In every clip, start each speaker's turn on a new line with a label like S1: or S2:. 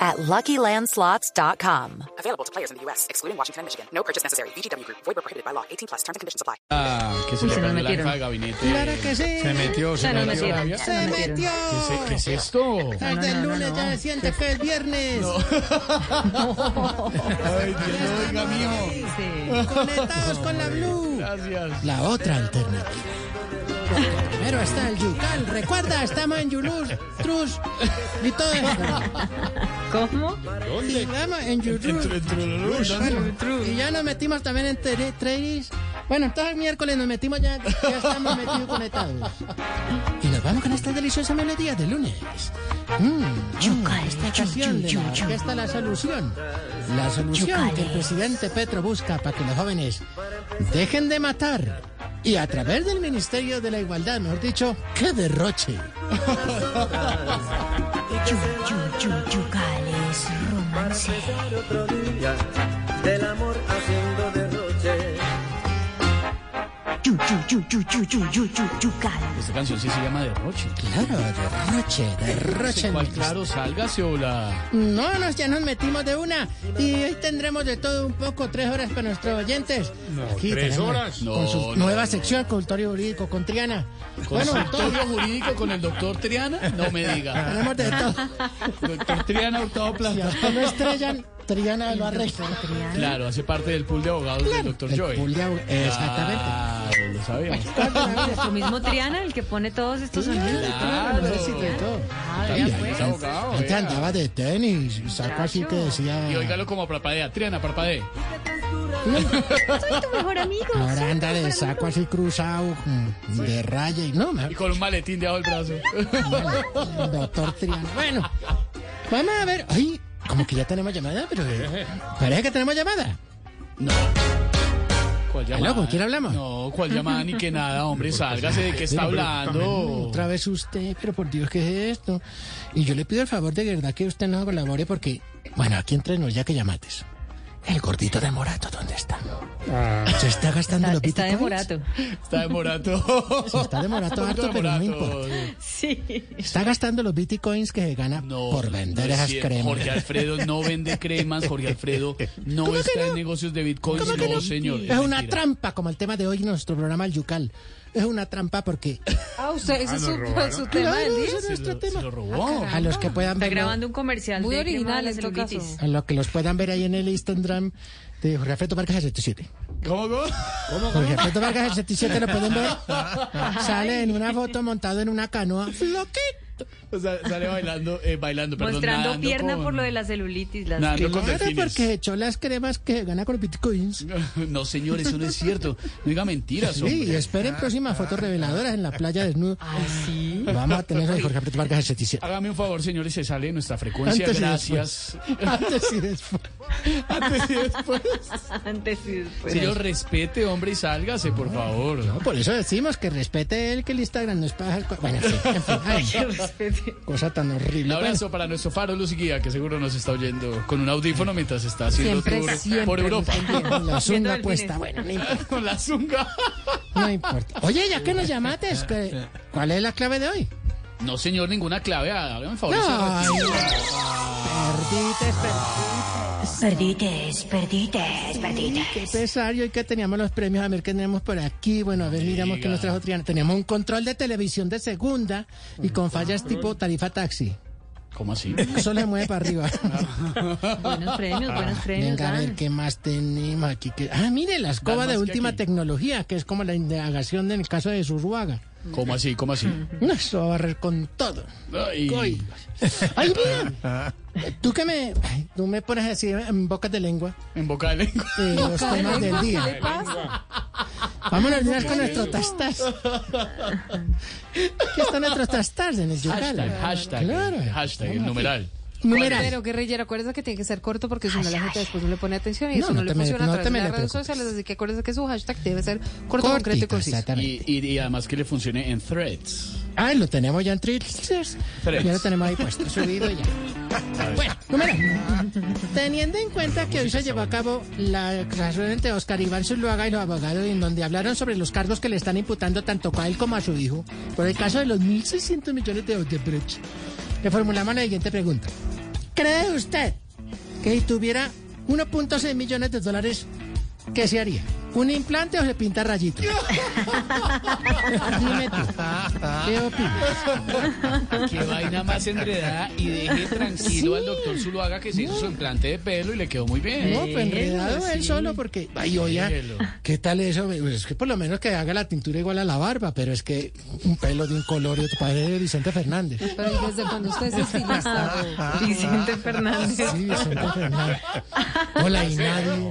S1: at LuckyLandSlots.com.
S2: Available to players in the U.S., excluding Washington and Michigan. No purchase necessary. VGW Group. Void where prohibited by law. 18 plus. Terms and conditions apply.
S3: Ah, que se le
S4: se
S3: prendió
S4: nos
S3: la
S4: metieron.
S3: alfa de gabinete.
S5: Claro que sí.
S3: Se metió, se,
S4: Se nos
S3: metió.
S4: metieron.
S3: ¿Qué
S5: Se
S4: no,
S5: metió.
S3: es, e-, qué es esto?
S5: Desde el
S4: no, no,
S5: lunes
S4: no.
S5: ya se siente que es viernes.
S3: Ay, Dios, oiga, mío.
S5: Conectados con la Blue.
S3: Gracias.
S5: La otra alternativa. Primero está el Yucal. Recuerda, estamos en Yulus, Trus y todo eso.
S4: ¿Cómo?
S5: Y vamos en Yulus.
S3: Entre- entre la luz, ¿dónde?
S5: Y ya nos metimos también en Tere- Tradis. Bueno, entonces el miércoles nos metimos ya, ya estamos metidos conectados. Y nos vamos con esta deliciosa melodía de lunes.
S6: Yucal,
S5: canción de la orquesta La Solución. La solución que el presidente Petro busca para que los jóvenes dejen de matar. Y a través del Ministerio de la Igualdad, mejor dicho, ¡qué derroche!
S6: yu, yu, yu, yucal es romance. Yu, yu, yu, yu, yu, yu, yu, yu, yucal.
S3: Esta canción sí se llama Derroche.
S5: Claro, derroche, derroche. en
S3: ¿Cuál
S5: el
S3: claro? Sálgase o la...
S5: No, nos, ya nos metimos de una. Y hoy tendremos de todo un poco, tres horas para nuestros oyentes. Aquí
S7: ¿tres
S5: tenemos
S7: horas?
S5: Con
S3: No,
S5: su
S3: no,
S5: nueva sección, consultorio jurídico con Triana. Bueno, todo,
S3: ¿Consultorio jurídico con el doctor Triana? No me diga.
S5: tenemos de todo.
S3: Doctor Triana, octavo
S5: Si a
S3: planta.
S5: usted lo estrellan, Triana lo arregla.
S3: Claro, hace parte del pool de abogados del doctor
S5: El
S3: Joy.
S5: pool de abog- Exactamente.
S3: Claro, lo sabíamos.
S4: Ah. Nuestro mismo Triana, el que pone todos estos sonidos.
S5: Claro, éxito y todo.
S3: También es abogado,
S5: Antes
S3: vea.
S5: andaba de tenis, saco así que decía.
S3: Y óigalo como parpadea. Triana, parpadee.
S4: Soy tu mejor amigo.
S5: Ahora
S4: soy tu
S5: anda de
S4: mejor amigo.
S5: saco así cruzado, mm, de raya y no, me
S3: Y con un maletín debajo del brazo.
S5: Doctor Triana. Bueno, vamos a ver. Ay, como que ya tenemos llamada, pero eh, parece que tenemos llamada.
S3: ¿Cuál
S5: Aló, ¿con quién hablamos?
S3: No, ¿cuál llamada ni que nada, hombre? Sálgase de qué está hablando.
S5: Otra vez usted, pero por Dios, ¿qué es esto? Y yo le pido el favor de verdad que usted no colabore porque, bueno, aquí entre nos ya que llamates. El gordito de Morato, ¿dónde está?
S3: Ah.
S5: Se está gastando
S4: Está,
S5: los
S4: está de
S5: bitcoins.
S4: morato.
S3: Está de morato.
S5: Está de Morato harto,
S3: Está de
S5: pero no
S3: morato.
S5: importa.
S4: Sí.
S5: Está gastando los bitcoins que se gana
S3: No,
S5: por vender
S3: no es
S5: esas
S3: cierto.
S5: cremas.
S3: Jorge Alfredo no vende cremas. Jorge Alfredo no
S5: ¿Cómo que
S3: está
S5: no?
S3: en negocios de Bitcoin.
S5: ¿Cómo
S3: No,
S5: que no?
S3: señor.
S5: Es una
S3: mentira.
S5: trampa, como el tema de hoy en nuestro programa El Yucal. Es una trampa porque
S8: Ah, usted, ese es su, su tema
S5: Claro,
S8: del día.
S5: ese es
S3: Se
S5: nuestro
S3: lo, se
S5: tema. Ah,
S3: lo robó.
S5: A los que puedan
S4: Está
S5: ver,
S4: grabando un comercial.
S8: Muy
S4: de crema
S8: original
S4: de
S8: en todo
S4: celulitis.
S8: caso.
S5: a los que los puedan ver ahí en el Instagram de Jorge Alfredo Vargas 67.
S3: ¿Cómo, cómo?
S5: Jorge Alfredo Vargas 67 lo pueden ver. Sale en una foto montado en una canoa. Floquito.
S3: O sea, sale bailando, eh, bailando, perdón.
S4: Mostrando
S3: nadando
S4: pierna
S3: con-
S4: por lo de la celulitis. las-
S3: nadando con
S5: Claro,
S3: delfines.
S5: porque echó las cremas que gana con bitcoins.
S3: No, señor, eso no es cierto. No diga mentiras, hombre. Ah,
S5: Sí, y esperen próximas fotos reveladoras en la playa desnudo. Ah, sí. Vamos a tener a Jorge Alfredo Vargas 67.
S3: Hágame un favor, señores, se sale de nuestra frecuencia.
S5: Antes y
S3: Gracias.
S5: Antes y después.
S3: Antes y después.
S4: Antes y después.
S3: Señor, respete, hombre, y sálgase, por favor.
S5: No, por eso decimos que respete él que el Instagram no es para... Bueno, en fin, en fin, ay, cosa tan
S3: Un
S5: horrible.
S3: abrazo para nuestro faro Luz Guía, que seguro nos está oyendo con un audífono mientras está haciendo
S8: Siempre,
S3: tour
S8: siempre
S3: por Europa.
S5: Bueno, la
S4: Viendo
S5: zunga
S4: delfines.
S5: puesta, bueno, no importa.
S3: Con la zunga.
S5: No importa. Oye, ya que nos llamaste, es que- ¿cuál es la clave de hoy?
S3: No, señor, ninguna clave. Hágame un favor.
S5: No,
S3: se
S5: ay,
S3: retira.
S5: perdites, per-
S6: Perdites, perdites,
S5: qué
S6: perdites.
S5: pesar. Y hoy que teníamos los premios, a ver qué tenemos por aquí. Bueno, a ver, miramos que nos trajo Triana. Teníamos un control de televisión de segunda y con fallas tipo tarifa taxi.
S3: ¿Cómo así?
S5: Eso le mueve para arriba.
S4: Buenos premios, buenos premios.
S5: Venga, a ver
S4: dan.
S5: qué más tenemos aquí. que- Ah, mire, la escoba
S3: más
S5: de
S3: que
S5: última
S3: aquí.
S5: tecnología, que es como la indagación en el caso de Zurruaga.
S3: ¿Cómo así? ¿Cómo así?
S5: No, eso va a barrer con todo.
S3: Ay.
S5: Ay, ay, mira. Tú que me, ay, tú me pones así en bocas de lengua
S3: En boca de lengua.
S5: eh, los temas del día. Vámonos ya con nuestro tastas. ¿Qué están nuestros tastas en el yucal?
S3: Hashtag, hashtag.
S5: Claro.
S3: Hashtag, el numeral.
S5: Numeral.
S8: Pero guerrillero, acuérdese que tiene que ser corto porque si no la gente después no le pone atención y
S5: No,
S8: eso no,
S5: no te
S8: le
S5: me-
S8: funciona
S5: no
S8: a
S5: te
S8: través
S5: me
S8: de
S5: le
S8: las redes
S5: preocupes.
S8: sociales, así que acuérdese que su hashtag debe ser corto, concreto
S5: Cortito,
S8: y conciso.
S5: exactamente.
S3: Y, y- y además que le funcione en threads.
S5: Ah, lo tenemos ya en Thrillers.
S3: Threads.
S5: Ya lo tenemos ahí puesto, subido ya. Bueno, numeral. Teniendo en cuenta que hoy se llevó a cabo la declaración entre Oscar Iván Zuluaga y los abogados, en donde hablaron sobre los cargos que le están imputando tanto a él como a su hijo por el caso de los 1.600 millones de Odebrecht, le formulamos la siguiente pregunta: ¿Cree usted que si tuviera 1.6 millones de dólares, qué se haría? ¿Un implante o se pinta rayito? Dime tú, ¿qué
S3: Ah.
S5: opinas?
S3: Qué vaina más enredada y deje tranquilo al doctor Zuluaga que se hizo su implante de pelo y le quedó muy bien.
S5: No, pues enredado él solo porque. Ay, oye,
S3: Cielo.
S5: ¿qué tal eso? Pues Es que por lo menos que haga la tintura igual a la barba, pero es que un pelo de un color y otro parece Vicente Fernández.
S8: Pero ¿y desde cuando usted es estilista, o-
S4: Vicente Fernández.
S5: Sí, Vicente Fernández. Hola, y nadie.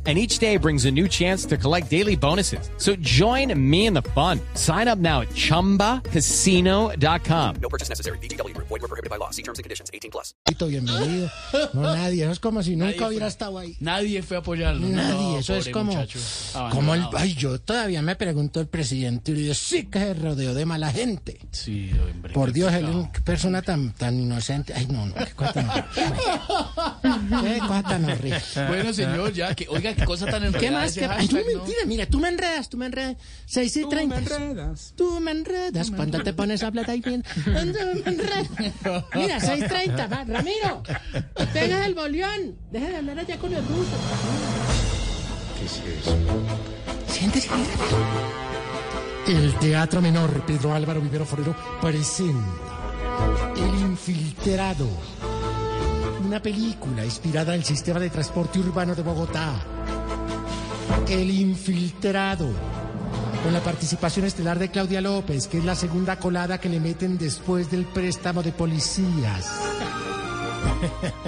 S7: And each day brings a new chance to collect daily bonuses. So join me in the fun. Sign up now at chumbacasino.com.
S2: No purchase necessary. VGW Group. Void were prohibited by law. See terms and conditions. 18 plus.
S5: Bienvenido. No, nadie. Eso es como si nunca hubiera estado ahí.
S3: Nadie fue a apoyarlo.
S5: Nadie,
S3: No,
S5: eso es
S3: pobre
S5: como,
S3: muchacho. Ah,
S5: como el,
S3: Abandonado.
S5: ay, yo todavía me pregunto el presidente Uribe, sí que se rodeó de mala gente.
S3: Sí, hombre.
S5: Por
S3: qué
S5: Dios, él,
S3: pecado.
S5: qué persona tan, tan inocente. Ay, no, no, qué cosa tan horrible. Qué cosa tan horrible.
S3: Bueno, señor, ya que. Oiga, qué cosa tan enredada.
S5: ¿Qué más?
S3: ese
S5: ¿Qué- Ay,
S3: hashtag,
S5: no,
S3: ¿no?
S5: mentira, mira, tú me enredas, tú me enredas. 6 y 30. Tú me enredas. Tú me enredas cuando te pones a hablar ahí bien. Cuando me enredas. Mira, 6.30, va, Ramiro. Pegas el bolión. Deja de hablar allá con el ruso. ¿Qué es eso? Siéntese, El Teatro Menor Pedro Álvaro Vivero Forero presenta El Infiltrado. Una película inspirada en el sistema de transporte urbano de Bogotá. El infiltrado. Con la participación estelar de Claudia López, que es la segunda colada que le meten después del préstamo de policías.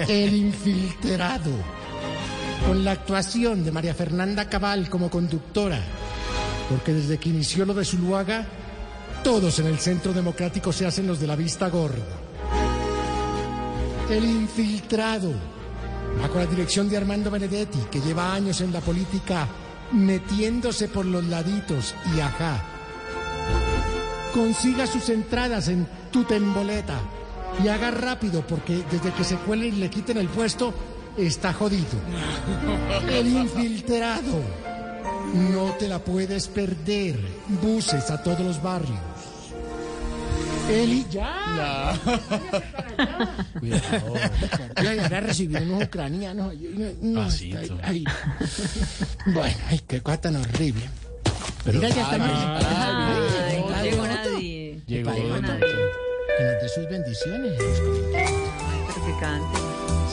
S5: El infiltrado. Con la actuación de María Fernanda Cabal como conductora. Porque desde que inició lo de Zuluaga, todos en el Centro Democrático se hacen los de la vista gorda. El infiltrado. Va con la dirección de Armando Benedetti, que lleva años en la política metiéndose por los laditos y ajá. Consiga sus entradas en Tutemboleta y haga rápido porque desde que se cuelen y le quiten el puesto, está jodido. El infiltrado. No te la puedes perder. Buses a todos los barrios. Eli, ya.
S3: Cuidado.
S5: Ya, y ahora recibir unos ucranianos. ay, no, no,
S3: Pasito.
S5: ay, ay. Bueno, ay, qué cosa tan horrible. Mira, ya está
S4: Ay,
S5: mal.
S4: no llegó nadie.
S3: Llegó.
S5: Ay,
S3: doctor.
S5: Que nos dé sus bendiciones.
S4: Pero que cante.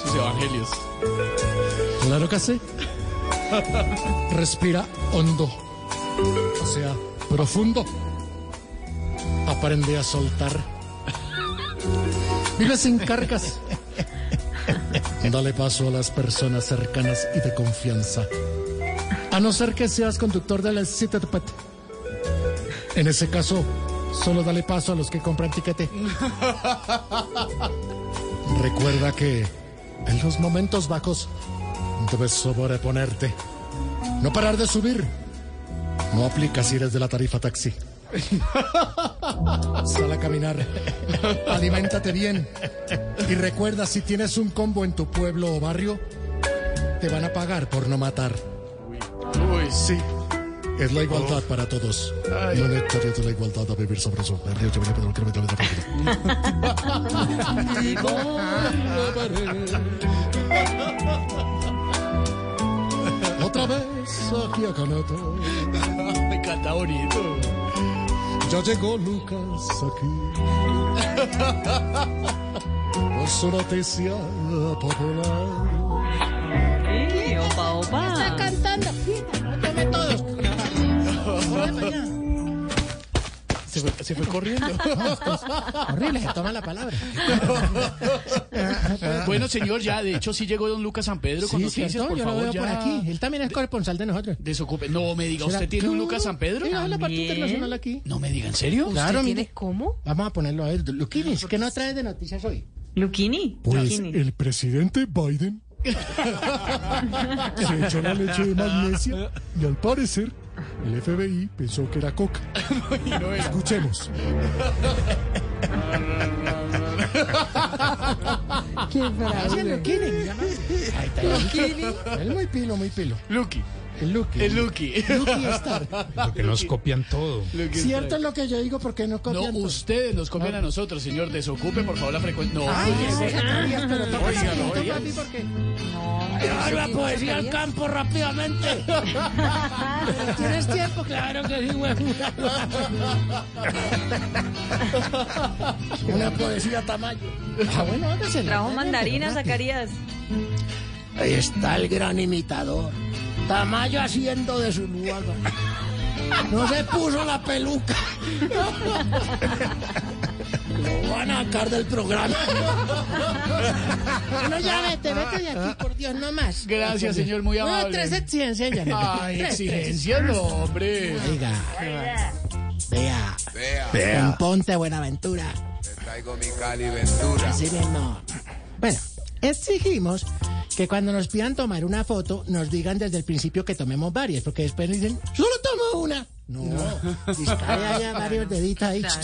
S3: Sus evangelios.
S5: Claro que sí. Respira hondo. O sea, profundo. Aprende a soltar. Vive sin cargas. Dale paso a las personas cercanas y de confianza. A no ser que seas conductor de la CITEPET. En ese caso, solo dale paso a los que compran tiquete. Recuerda que en los momentos bajos Debes sobreponerte. No parar de subir. No aplica si eres de la tarifa taxi. Sal a caminar. Aliméntate bien. Y recuerda, si tienes un combo en tu pueblo o barrio, te van a pagar por no matar.
S3: Uy,
S5: Sí, es la igualdad para todos. No necesito la igualdad a vivir sobre eso. Otra vez aquí a Canato.
S3: me canta bonito.
S5: Ya llegó Lucas aquí. Por su noticia popular.
S4: Sí, opa, opa.
S5: cantando. Tome todos.
S9: para allá.
S3: Se fue, se fue corriendo.
S9: Horrible, se toma la palabra.
S3: bueno, señor, ya, de hecho, sí llegó don Lucas San Pedro con
S9: Sí,
S3: noticias,
S9: cierto,
S3: por
S9: yo
S3: favor,
S9: lo veo por
S3: ya.
S9: aquí. Él también es corresponsal de nosotros.
S3: Desocupe. No, me diga,
S9: ¿Será
S3: ¿usted tiene un
S9: que-
S3: Lucas San Pedro? Ah,
S9: Mira, la parte
S4: También.
S9: internacional aquí.
S3: No me diga, ¿en serio?
S9: Claro,
S10: ¿Tiene
S9: mire.
S10: cómo?
S9: Vamos a ponerlo a ver. Luquiris, ¿qué nos traes de noticias hoy?
S4: Luquini.
S5: Pues
S4: Luquini.
S5: el presidente Biden se echó la leche de magnesia y al parecer el FBI pensó que era coca. Escuchemos.
S9: Qué Gracias, Luquiris. Ahí está. Él muy pilo, muy pilo.
S3: Lucky,
S9: El Luqui.
S3: el Lucky.
S9: Luqui Star.
S11: Porque nos copian todo.
S3: Lucky
S9: Cierto es lo que yo digo porque no
S3: No,
S9: copian. todo.
S3: ustedes nos copian a nosotros, señor. Desocupe, por favor, la frecuencia. No, pues,
S9: Ay,
S3: oye,
S9: esas teorías, pero toca
S3: Oiga,
S9: rapidito,
S3: oiga.
S9: papi, porque-
S3: la poesía
S10: al
S3: campo rápidamente.
S9: ¿Tienes tiempo? Claro que sí, güey. Una poesía tamaño. Ah, bueno, hágasela.
S4: Trajo
S9: Hágasela,
S4: mandarinas,
S9: rápido.
S4: Zacarías.
S9: Ahí está el gran imitador. Tamayo haciendo de su nueva. No se puso la peluca. Lo van a sacar del programa. No, ya vete, vete de aquí, por Dios, no más.
S3: Gracias, señor, muy amable.
S9: exigencias ya.
S3: Ay, exigencia, no, hombre.
S9: Oiga. Vea. En Ponte Buenaventura.
S11: Traigo mi Cali Ventura.
S9: Así mismo. Bueno, exigimos que cuando nos pidan tomar una foto, nos digan desde el principio que tomemos varias, porque después le dicen, solo tomo una. No, si está ya- ya varios deditos ahí.
S4: Claro.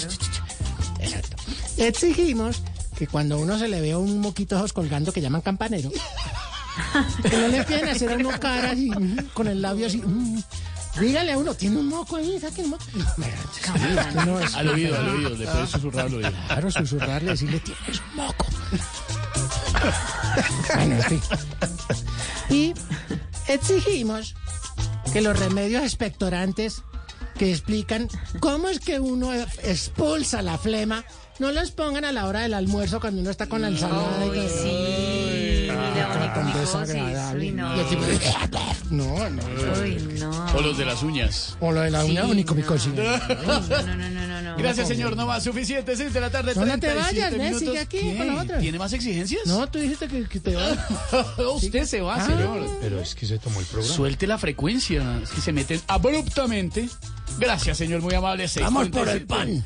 S9: Exacto. Exigimos que cuando a uno se le vea un moquito ojos colgando que llaman campanero, que no le piden hacer a uno cara así, mm, con el labio así. mm. Dígale a uno, tiene un moco ahí, saque el moco. Pero, esto no es-
S3: Al oído, al oído, le puedes susurrar al oído.
S9: Claro, susurrarle, decirle, tienes un moco. bueno, en fin. Y exigimos que los remedios expectorantes que explican cómo es que uno e- expulsa la flema no los pongan a la hora del almuerzo cuando uno está con la ensalada. y
S4: Ay,
S9: todo.
S4: sí. La
S9: tan
S4: onicomicosis.
S9: desagradable.
S4: Uy, no.
S9: Y el tipo, "Ah, no, no.
S4: Uy, no.
S3: O los de las uñas.
S9: O lo de la
S4: Sí,
S9: una onicomicosis.
S4: no. No, no, no, no, no, no.
S3: Gracias, señor. No más, suficiente. 6 de la tarde,
S9: No, no te
S3: 37
S9: vayas, ve,
S3: minutos.
S9: sigue aquí
S3: ¿Qué?
S9: con la otra.
S3: ¿Tiene más exigencias?
S9: No, Ah. tú dijiste que, que te vas.
S3: Usted se va, señor.
S11: Pero es que se tomó el programa.
S3: Suelte la frecuencia. Es que se meten abruptamente. Gracias, señor. Muy amable. Seis
S9: Vamos por el
S3: 37.
S9: pan.